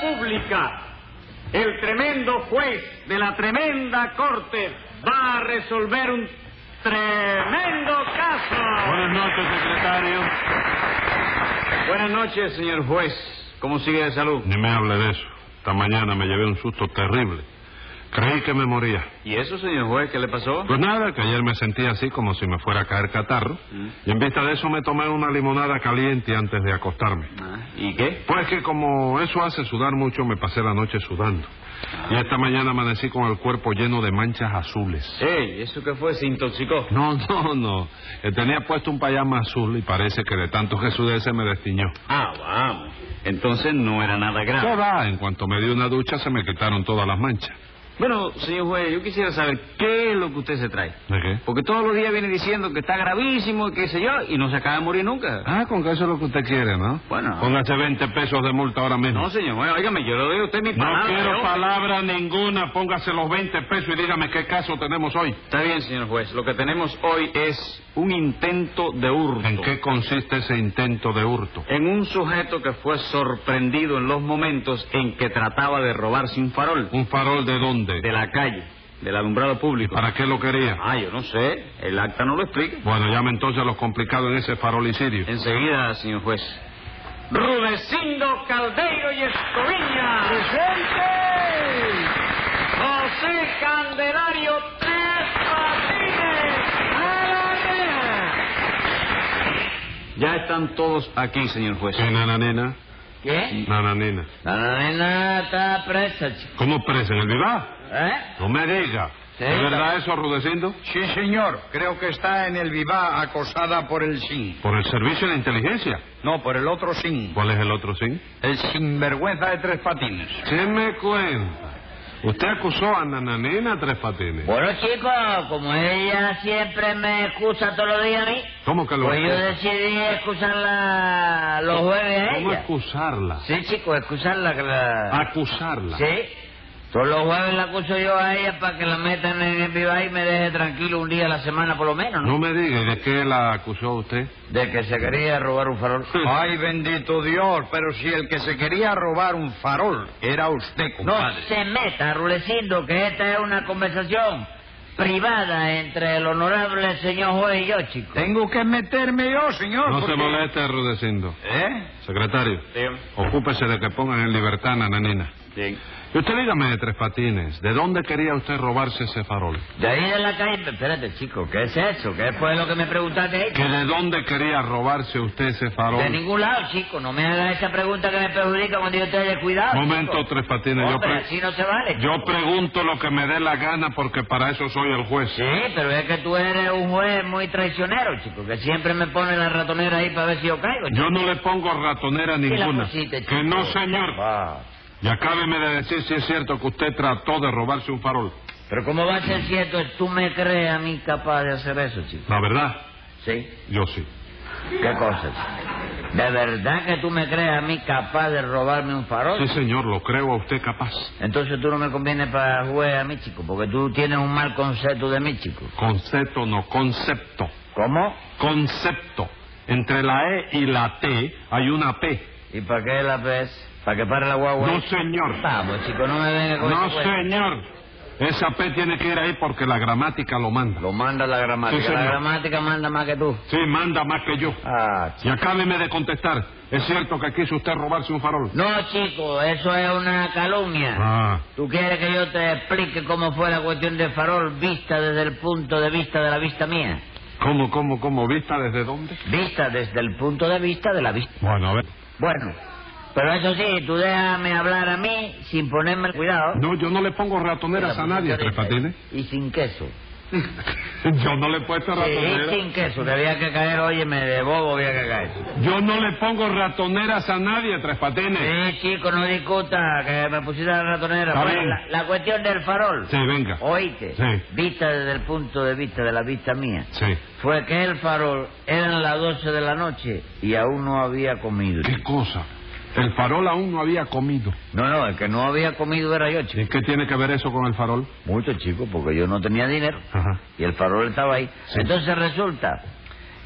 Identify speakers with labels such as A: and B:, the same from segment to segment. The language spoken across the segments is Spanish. A: pública. El tremendo juez de la tremenda corte va a resolver un tremendo caso.
B: Buenas noches, secretario.
A: Buenas noches, señor juez. ¿Cómo sigue de salud?
B: Ni me hable de eso. Esta mañana me llevé un susto terrible. Creí que me moría.
A: ¿Y eso, señor juez, qué le pasó?
B: Pues nada, que ayer me sentí así como si me fuera a caer catarro.
A: Mm.
B: Y en vista de eso me tomé una limonada caliente antes de acostarme.
A: Ah, ¿Y qué?
B: Pues que como eso hace sudar mucho, me pasé la noche sudando. Y esta mañana amanecí con el cuerpo lleno de manchas azules.
A: Ey, ¿eso qué fue? ¿Se intoxicó?
B: No, no, no. Eh, Tenía puesto un payama azul y parece que de tanto que sudé se me destiñó.
A: Ah, vamos. Entonces no era nada grave.
B: ¿Qué va? En cuanto me di una ducha se me quitaron todas las manchas.
A: Bueno, señor juez, yo quisiera saber qué es lo que usted se trae.
B: ¿De qué?
A: Porque todos los días viene diciendo que está gravísimo y qué sé yo, y no se acaba de morir nunca.
B: Ah, con que eso es lo que usted quiere, ¿no?
A: Bueno.
B: Póngase 20 pesos de multa ahora mismo.
A: Ah. No, señor juez, óigame, yo le doy a usted mi
B: No
A: palabra.
B: quiero
A: yo.
B: palabra ninguna. Póngase los 20 pesos y dígame qué caso tenemos hoy.
A: Está bien, señor juez. Lo que tenemos hoy es un intento de hurto.
B: ¿En qué consiste ese intento de hurto?
A: En un sujeto que fue sorprendido en los momentos en que trataba de robarse un farol
B: ¿Un farol de dónde?
A: de la calle, del alumbrado público.
B: ¿Para qué lo quería?
A: Ah, yo no sé. El acta no lo explica.
B: Bueno, llame entonces a los complicados en ese farolicidio.
A: Enseguida, señor juez. Rudecindo Caldeiro y Escoviña. ¡Presente! José Candelario Tres Patines. Ya están todos aquí, señor juez.
B: Sí, nananina.
C: ¿Qué?
B: Nananina.
C: La nena está presa, chico.
B: ¿Cómo presa? ¿En el Vivá?
C: ¿Eh?
B: No me diga.
C: Sí.
B: ¿Es verdad eso, Rudecindo?
D: Sí, señor. Creo que está en el Vivá acosada por el SIN.
B: ¿Por el servicio de inteligencia?
D: No, por el otro SIN.
B: ¿Cuál es el otro sí?
D: El sinvergüenza de tres patines.
B: ¿Qué me cuenta? Usted acusó a Nananina Tres Patines.
C: Bueno, chicos, como ella siempre me excusa todos los días a mí,
B: ¿Cómo que lo
C: pues yo
B: acusa?
C: decidí excusarla los jueves a
B: ¿Cómo
C: ella.
B: excusarla?
C: Sí, chicos, excusarla que
B: Ah,
C: la...
B: Acusarla.
C: Sí. Todos los jueves la acuso yo a ella para que la metan en el viva y me deje tranquilo un día a la semana por lo menos, ¿no?
B: No me diga, ¿y de qué la acusó usted?
C: De que se quería robar un farol.
D: Ay, bendito Dios, pero si el que se quería robar un farol era usted,
B: Oh,
C: No
D: compadre.
C: se meta, Rulecindo, que esta es una conversación privada entre el honorable señor juez y yo, chico.
B: Eh.
D: Tengo que meterme yo, señor.
B: No se
D: porque-
B: moleste, Rudecindo.
D: ¿Eh?
B: Secretario, ocúpese de que pongan en libertad a Nananina.
A: Bien.
B: Y usted dígame, Tres Patines, ¿de dónde quería usted robarse ese farol?
C: De ahí de la calle... Espérate, chico, ¿qué es eso? ¿Qué fue lo que me preguntaste ahí?
B: ¿Que de dónde quería robarse usted ese
C: De
B: farol?
C: ningún lado, chico. No me hagas esa pregunta que me perjudica cuando yo te haya cuidado,
B: Momento,
C: chico.
B: Tres Patines, yo,
C: Hombre,
B: pre-
C: así no se vale.
B: yo pregunto lo que me dé la gana porque para eso soy el juez.
C: Sí, pero es que tú eres un juez muy traicionero, chico, que siempre me pone la ratonera ahí para ver si yo caigo, chico.
B: Yo no le pongo ratonera
C: la
B: ninguna.
C: pusiste, chico.
B: Que no, señor.
C: Ah.
B: Y acábeme de decir si es cierto que usted trató de robarse un farol.
C: Pero ¿cómo va a ser cierto? ¿Tú me crees a mí capaz de hacer eso, chico?
B: La verdad,
C: Sí.
B: yo sí.
C: ¿Qué cosas? ¿De verdad que tú me crees a mí capaz de robarme un
B: Sí,
C: farol?
B: señor, lo creo a usted capaz.
C: Entonces tú no me convienes para juez a mí, chico, porque tú tienes un mal concepto de mí, chico.
B: Concepto no, concepto.
C: ¿Cómo?
B: Concepto. Entre la E y la T hay una P.
C: ¿Y para qué la ves? ¿Para que pare la guagua?
B: No, señor.
C: Vamos, chico, no me vengas con
B: No,
C: ese cuento.
B: señor. Esa P tiene que ir ahí porque la gramática lo manda.
C: Lo manda la gramática.
B: Sí, señor.
C: la gramática manda más que tú.
B: Sí, manda más que yo.
C: Ah,
B: Y acábeme de contestar. ¿Es cierto que quiso usted robarse un farol?
C: No, chico, eso es una calumnia.
B: Ah.
C: ¿Tú quieres que yo te explique cómo fue la cuestión del farol vista desde el punto de vista de la vista mía?
B: ¿Cómo, cómo, cómo? ¿Vista desde dónde?
C: Vista desde el punto de vista de la vista.
B: Bueno, a ver.
C: Bueno, pero eso sí, tú déjame hablar a mí sin ponerme el cuidado.
B: No, yo no le pongo ratoneras a nadie, Tres Patines.
C: Y sin queso.
B: Yo no le he puesto
C: Sí, y
B: ratoneras.
C: sin queso, que había que caer, óyeme, de bobo había que caer.
B: Yo no le pongo ratoneras a nadie, Tres Patines.
C: Sí, chico, no discuta, que me pusiste la ratonera.
B: Está
C: Bueno,
B: bien.
C: la, la cuestión del farol.
B: Sí, venga.
C: Oíste,
B: Sí.
C: vista desde el punto de vista de la vista mía.
B: Sí.
C: Fue que el farol eran las 12 de la noche y aún no había comido.
B: ¿Qué cosa? El farol aún no había comido.
C: No, no, el que no había comido era yo, chico.
B: ¿Y qué tiene que ver eso con el farol?
C: Mucho, chico, porque yo no tenía dinero.
B: Ajá.
C: Y el farol estaba ahí.
B: Sí.
C: Entonces resulta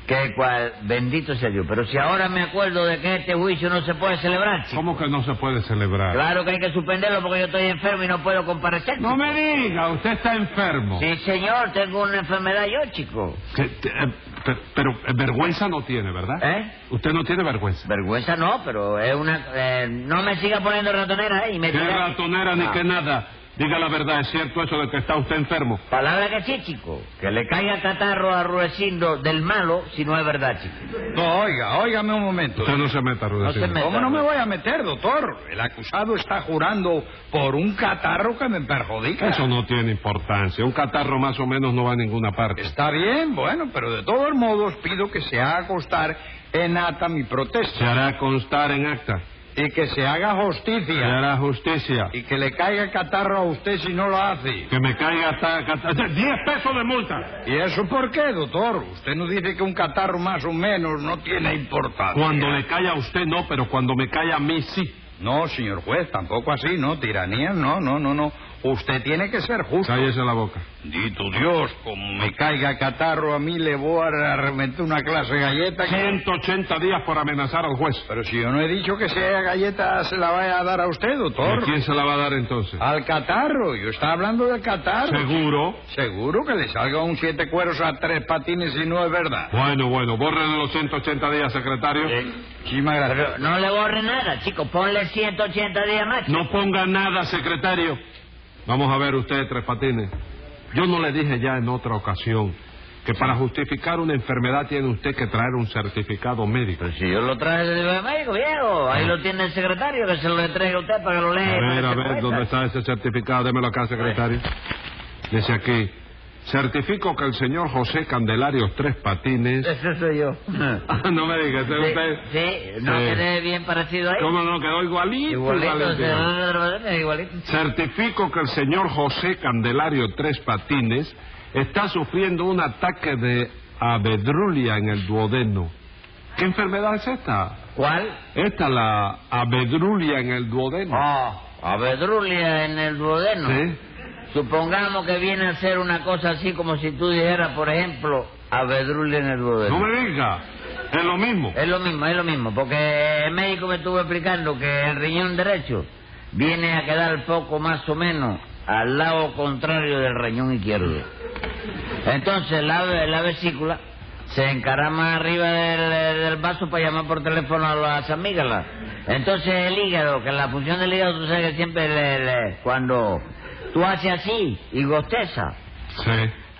C: Que cual, bendito sea Dios. Pero si ahora me acuerdo de que este juicio no se puede celebrar, chico.
B: ¿Cómo que no se puede celebrar?
C: Claro que hay que suspenderlo porque yo estoy enfermo y no puedo comparecer.
B: No me diga, usted está enfermo.
C: Sí, señor, tengo una enfermedad yo, chico.
B: Que- te- eh, per- pero eh, vergüenza no tiene, ¿verdad?
C: ¿Eh?
B: Usted no tiene vergüenza.
C: Vergüenza no, pero es una... eh, no me siga poniendo ratonera, ¿eh? Y me
B: Qué
C: tira-
B: ratonera ni
C: Ah,
B: que nada. Diga la verdad, ¿es cierto eso de que está usted enfermo?
C: Palabra que sí, chico. Que le caiga catarro a Ruecindo del malo si no es verdad, chico.
D: No, oiga, óigame un momento.
B: Usted no se meta, Rudecindo.
C: se meta.
D: ¿Cómo no me voy a meter, doctor? El acusado está jurando por un catarro que me perjudica.
B: Eso no tiene importancia. Un catarro más o menos no va a ninguna parte.
D: Está bien, bueno, pero de todos modos pido que se haga constar en ata mi
B: Se
D: protesta
B: hará constar en acta.
D: y que se haga
B: Se
D: justicia
B: hará justicia.
D: y que le caiga el catarro a usted si no lo hace.
B: Que me caiga hasta... hasta- ¡Diez pesos de multa!
D: ¿Y eso por qué, doctor? Usted nos dice que un catarro más o menos no tiene importancia.
B: Cuando le caiga a usted no, pero cuando me caiga a mí sí.
D: No, señor juez, tampoco así, ¿no? Tiranías, no, no, no, no. Usted tiene que ser justo.
B: Cállese la boca.
D: Dito Dios, como me caiga catarro a mí le voy a reventar una clase de galleta. que-
B: 180 días por amenazar al juez.
D: Pero si yo no he dicho que esa galleta se la vaya a dar a usted,
B: ¿Y a
D: doctor.
B: quién se la va a dar entonces?
D: Al catarro, yo estaba hablando del catarro.
B: Seguro.
D: Seguro que le salga un siete cueros a tres patines y no es verdad.
B: Bueno, bueno, borren los 180 días, secretario.
D: Muchísimas gracias.
C: No le borre nada, chico. Ponle 180 días más. chico.
B: No ponga nada, secretario. Vamos a ver usted, Tres Patines. Yo no le dije ya en otra ocasión que para justificar una enfermedad tiene usted que traer un certificado médico.
C: Pero si yo lo traje de médico, viejo. Ahí lo tiene el secretario que se lo entregue a usted para que
B: Ah.
C: lo
B: A
C: lea. y para
B: ver, a
C: que se
B: ver,
C: cuenta.
B: ¿dónde está ese certificado? Démelo acá, secretario. Dice aquí, certifico que el señor José Candelario Tres Patines...
C: Ese soy yo.
B: Ah, no me diga, ¿es
C: Sí,
B: usted?
C: sí, no
B: Sí.
C: quedé bien parecido ahí.
B: ¿Cómo no? Quedó igualito.
C: Igualito,
B: igualito.
C: se- igualito.
B: Certifico que el señor José Candelario Tres Patines está sufriendo un ataque de avedrulia en el duodeno. ¿Qué enfermedad es esta?
C: ¿Cuál?
B: Esta, la avedrulia en el duodeno.
C: Ah, avedrulia en el duodeno.
B: Sí.
C: Supongamos que viene a ser una cosa así como si tú dijeras, por ejemplo, avedrulia en el
B: No
C: duodeno.
B: me diga, es lo mismo.
C: Es lo mismo, es lo mismo, porque el médico me estuvo explicando que el riñón derecho viene a quedar poco más o menos al lado contrario del riñón izquierdo. Entonces la, ve- la vesícula se encarama arriba del, del vaso para llamar por teléfono a las amígdalas. Entonces el hígado, que la función del hígado, tú sabes que siempre le- le- cuando tú haces así y gosteza,
B: Sí.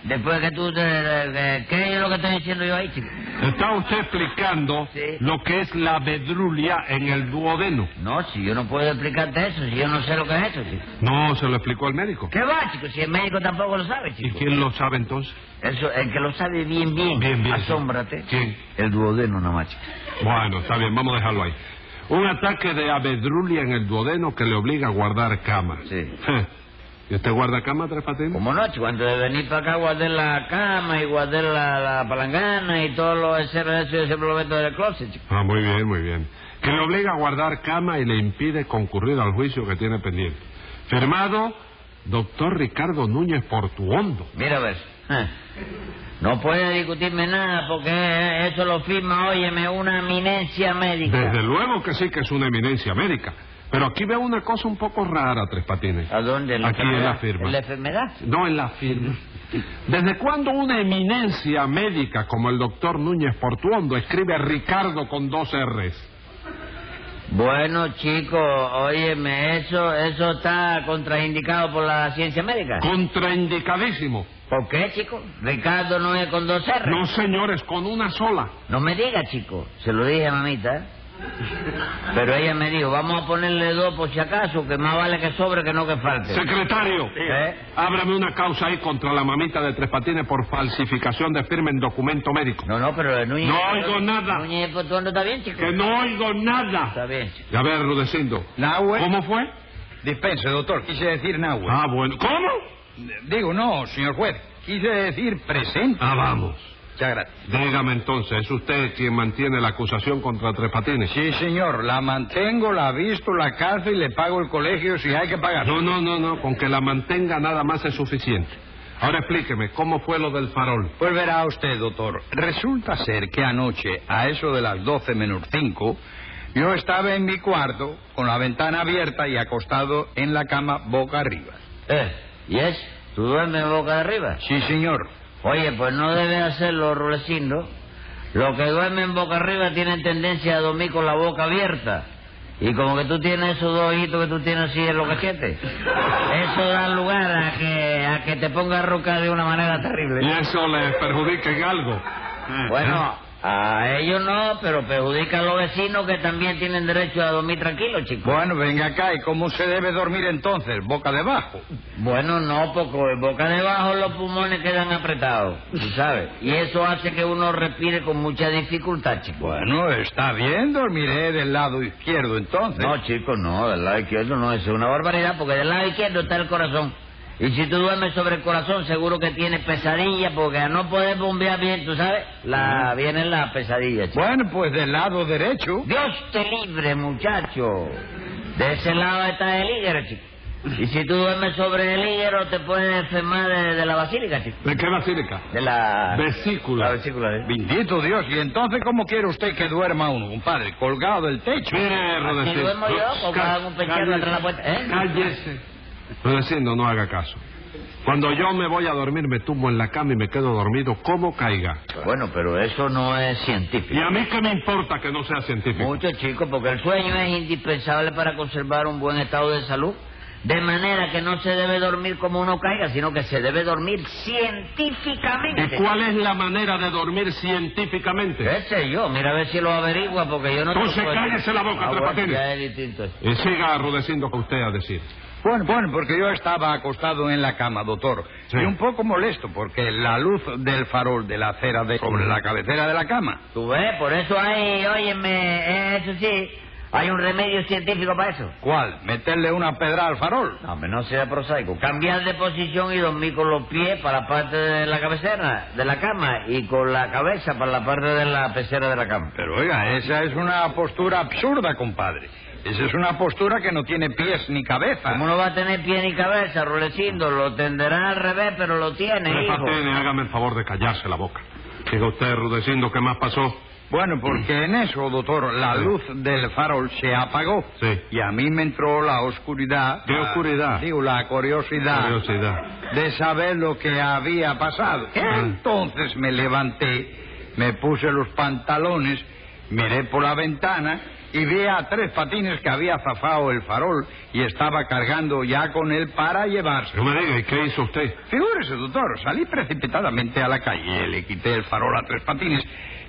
C: después que tú... te- te- te- ¿Qué es lo que estoy diciendo yo ahí, chico?
B: Está usted explicando
C: Sí.
B: lo que es la avedrulia en el duodeno.
C: No, si yo no puedo explicarte eso, si yo no sé lo que es eso, chico.
B: No, se lo explicó el médico.
C: ¿Qué va, chico? Si el médico tampoco lo sabe,
B: ¿Y
C: chico.
B: quién lo sabe entonces?
C: Eso, el que lo sabe bien, bien,
B: Bien, bien, sí.
C: asómbrate.
B: ¿Quién?
C: El duodeno nada más, chico.
B: Bueno, está bien, vamos a dejarlo ahí. Un ataque de avedrulia en el duodeno que le obliga a guardar cama.
C: Sí.
B: ¿Y usted guarda cama, Tres Patines?
C: Como no, chico, antes de venir para acá guardé la cama y guardé la, la palangana y todos los etcétera, eso yo siempre lo meto en el closet, chico.
B: Ah, muy bien, muy bien. Que le obliga a guardar cama y le impide concurrir al juicio que tiene pendiente. Firmado, doctor Ricardo Núñez Portuondo.
C: Mira a ver. eh, No puede discutirme nada porque eso lo firma, óyeme, una eminencia médica.
B: Desde luego que sí que es una eminencia médica. Pero aquí veo una cosa un poco rara, Tres Patines.
C: ¿A dónde? ¿En
B: Aquí en la
C: enfermedad?
B: firma.
C: ¿En la enfermedad?
B: No en la firma. ¿Desde cuándo una eminencia médica como el doctor Núñez Portuondo escribe Ricardo con dos R's?
C: Bueno, chico, óyeme, eso, eso está contraindicado por la ciencia médica.
B: Contraindicadísimo.
C: ¿Por qué, chico? Ricardo no es con dos R.
B: No, señores, con una sola.
C: No me diga, chico. Se lo dije a mamita, ¿eh? Pero ella me dijo, vamos a ponerle dos por si acaso, que más vale que sobre que no que falte.
B: Secretario,
C: ¿Eh?
B: ábrame una causa ahí contra la mamita de Tres Patines por falsificación de firma en documento médico.
C: No, no, pero el Núñez...
B: No oigo nada.
C: Núñez pues, tú no está bien, chico.
B: Que no oigo nada.
C: Está bien, chico.
B: Y A ver, Rudecindo.
D: Nahue.
B: ¿Cómo fue?
D: Dispense, doctor, quise decir Nahue.
B: Ah, bueno. ¿Cómo?
D: Digo, no, señor juez, quise decir presente.
B: Ah, vamos.
D: Muchas gracias.
B: Dígame entonces, ¿es usted quien mantiene la acusación contra Tres Patines?
D: Sí, señor, la mantengo, la visto, la cazo y le pago el colegio si hay que pagar.
B: No, no, no, no, con que la mantenga nada más es suficiente. Ahora explíqueme, ¿cómo fue lo del farol?
D: Pues verá usted, doctor. Resulta ser que anoche, a eso de las 12 menos 5, yo estaba en mi cuarto con la ventana abierta y acostado en la cama boca arriba.
C: Eh, ¿yes? ¿Tú duermes boca arriba?
D: Sí, señor.
C: Oye, pues no debes hacerlo, Rulecindo. Los que duermen boca arriba tienen tendencia a dormir con la boca abierta. Y como que tú tienes esos dos ojitos que tú tienes así en los cachetes, eso da lugar a que, a que te pongas roca de una manera terrible.
B: ¿Y eso les perjudica en algo? Ah,
C: Bueno, a ellos no, pero perjudica a los vecinos que también tienen derecho a dormir tranquilos, chicos.
D: Bueno, venga acá, ¿y cómo se debe dormir entonces? Boca debajo.
C: Bueno, no, porque boca debajo los pulmones quedan apretados, tú sabes. Y eso hace que uno respire con mucha dificultad, chicos.
D: Bueno, está bien, dormiré del lado izquierdo entonces.
C: No, chicos, no, del lado izquierdo no, eso es una barbaridad, porque del lado izquierdo está el corazón. Y si tú duermes sobre el corazón, seguro que tienes pesadilla, porque a no poder bombear bien, tú sabes, la, vienen las pesadillas, chicos.
D: Bueno, pues del lado derecho.
C: Dios te libre, muchacho. De ese lado está el hígado, chico. Y si tú duermes sobre el hígado, te puedes enfermar de, de la basílica, chico.
B: ¿De qué basílica?
C: De
D: Ah,
C: la...
B: Vesícula.
C: La vesícula, ¿eh?
D: Bendito Dios, ¿y entonces cómo quiere usted que duerma uno, compadre? ¿Colgado del techo?
B: Mire, Rodecindo.
C: duermo yo, pues, colgado
B: Ca-
C: en un perchero atrás de la puerta, ¿eh?
B: Cállese. Rodecindo, no haga caso. Cuando yo me voy a dormir, me tumbo en la cama y me quedo dormido como caiga.
C: Bueno, pero eso no es
B: ¿Y
C: científico.
B: a mí qué me importa que no sea científico?
C: Mucho, chicos, porque el sueño es indispensable para conservar un buen estado de salud. De manera que no se debe dormir como uno caiga, sino que se debe dormir
B: ¿Y
C: científicamente.
B: cuál es la manera de dormir científicamente?
C: ¿Qué sé yo? Mira a ver si lo averigua, porque yo no... te
B: Entonces
C: puedo-
B: cállese la boca,
C: Ah,
B: Tres
C: bueno,
B: Patines.
C: ya es distinto eso.
B: Y siga rudeciendo con usted a decir.
D: Bueno, bueno, porque yo estaba acostado en la cama, doctor.
B: Sí.
D: Y un poco molesto porque la luz del farol de la acera de... sobre la cabecera de la cama.
C: Tú ves, por eso hay, óyeme, eh, eso sí, hay un remedio científico para eso.
D: ¿Cuál? ¿Meterle una pedra al farol?
C: No, hombre, no sea prosaico. Cambiar de posición y dormir con los pies para la parte de la cabecera de la cama y con la cabeza para la parte de la pecera de la cama.
D: Pero oiga, esa es una postura absurda, compadre. Esa es una postura que no tiene pies ni cabeza.
C: Como no va a tener pie ni cabeza, Rulecindo, lo tenderá al revés, pero lo tiene,
B: Tres
C: hijo.
B: Patines, hágame el favor de callarse la boca. Siga usted rudeciendo, ¿qué más pasó?
D: Bueno, porque en eso, doctor, la luz del farol se apagó.
B: Sí.
D: Y a mí me entró la oscuridad.
B: ¿Qué
D: la-
B: oscuridad?
D: Digo, la curiosidad.
B: Curiosidad.
D: de saber lo que había pasado. Entonces me levanté, me puse los pantalones, miré por la ventana y vi a tres patines que había zafado el farol y estaba cargando ya con él para llevarse.
B: No me diga, ¿y qué hizo usted?
D: Figúrese, doctor, salí precipitadamente a la calle, le quité el farol a tres patines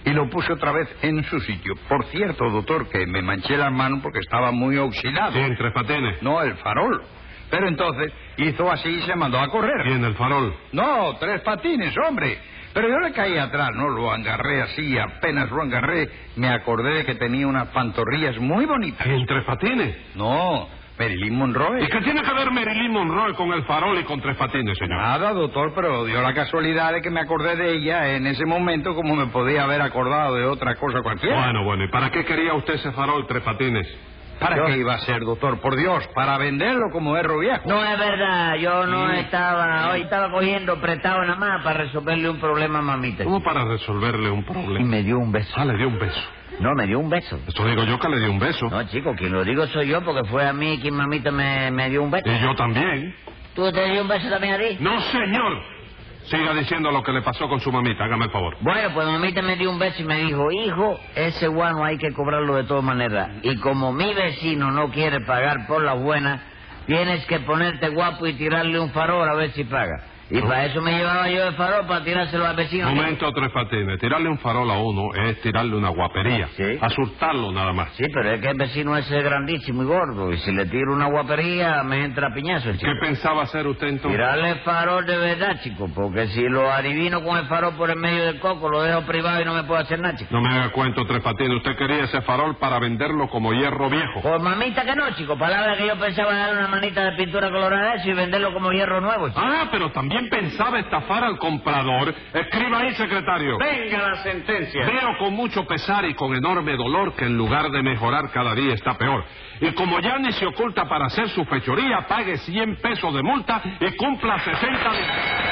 D: y lo puse otra vez en su sitio. Por cierto, doctor, que me manché la mano porque estaba muy oxidado.
B: Bien, Tres Patines.
D: No, el farol. Pero entonces hizo así y se mandó a correr.
B: Bien, el farol.
D: No, tres patines, hombre. Pero yo le caí atrás, no lo agarré así, apenas lo agarré, me acordé de que tenía unas pantorrillas muy bonitas.
B: ¿Bien, Tres Patines?
D: No, Marilyn
B: ¿Y
D: Monroe.
B: qué tiene que ver Marilyn Monroe con el farol y con Tres Patines,
C: Ah,
B: señor?
D: Nada, doctor, pero dio la casualidad de que me acordé de ella en ese momento como me podía haber acordado de otra cosa cualquiera.
B: Bueno, bueno, ¿y para qué quería usted ese farol, Tres Patines?
D: ¿Para qué iba a ser, doctor? Por Dios, para venderlo como erro viejo.
C: No es verdad, yo no
D: Mm.
C: estaba, hoy estaba cogiendo prestado nada más para resolverle un problema a mamita.
B: Como para resolverle un
C: Y
B: problema.
C: me dio un beso.
B: Uh. Ah, le dio un beso.
C: No, me dio un beso.
B: Esto digo yo que le dio un beso.
C: No, chico, quien lo digo soy yo porque fue a mí quien mamita me, me dio un beso.
B: Y yo también.
C: ¿Tú te dio un beso también a ti?
B: No, señor. Siga diciendo lo que le pasó con su mamita, hágame el favor.
C: Bueno, pues mamita me dio un beso y me dijo, hijo, ese guano hay que cobrarlo de todas maneras. Y como mi vecino no quiere pagar por la buena, tienes que ponerte guapo y tirarle un farol a ver si paga. Y para eso me llevaba yo el farol, para tirárselo al vecino.
B: Momento, Tres Patines. Tirarle un farol a uno es tirarle una guapería.
C: Sí.
B: Asustarlo nada más.
C: Sí, pero es que el vecino ese es grandísimo y gordo. Y si le tiro una guapería, me entra a piñazo, chico.
B: ¿Qué pensaba hacer usted entonces?
C: Tirarle el farol de verdad, chico, porque si lo adivino con el farol por el medio del coco, lo dejo privado y no me puedo hacer nada, chico.
B: No me haga cuento, Tres Patines. Usted quería ese farol para venderlo como hierro viejo.
C: Pues mamita que no, chico. Palabra que yo pensaba dar una manita de pintura colorada a eso y venderlo como hierro nuevo, chico.
B: Ah, pero también pensaba estafar al comprador. Escriba ahí, secretario.
A: Venga la sentencia.
B: Veo con mucho pesar y con enorme dolor que en lugar de mejorar cada día está peor. Y como ya ni se oculta para hacer su fechoría, pague 100 pesos de multa y cumpla 60 de...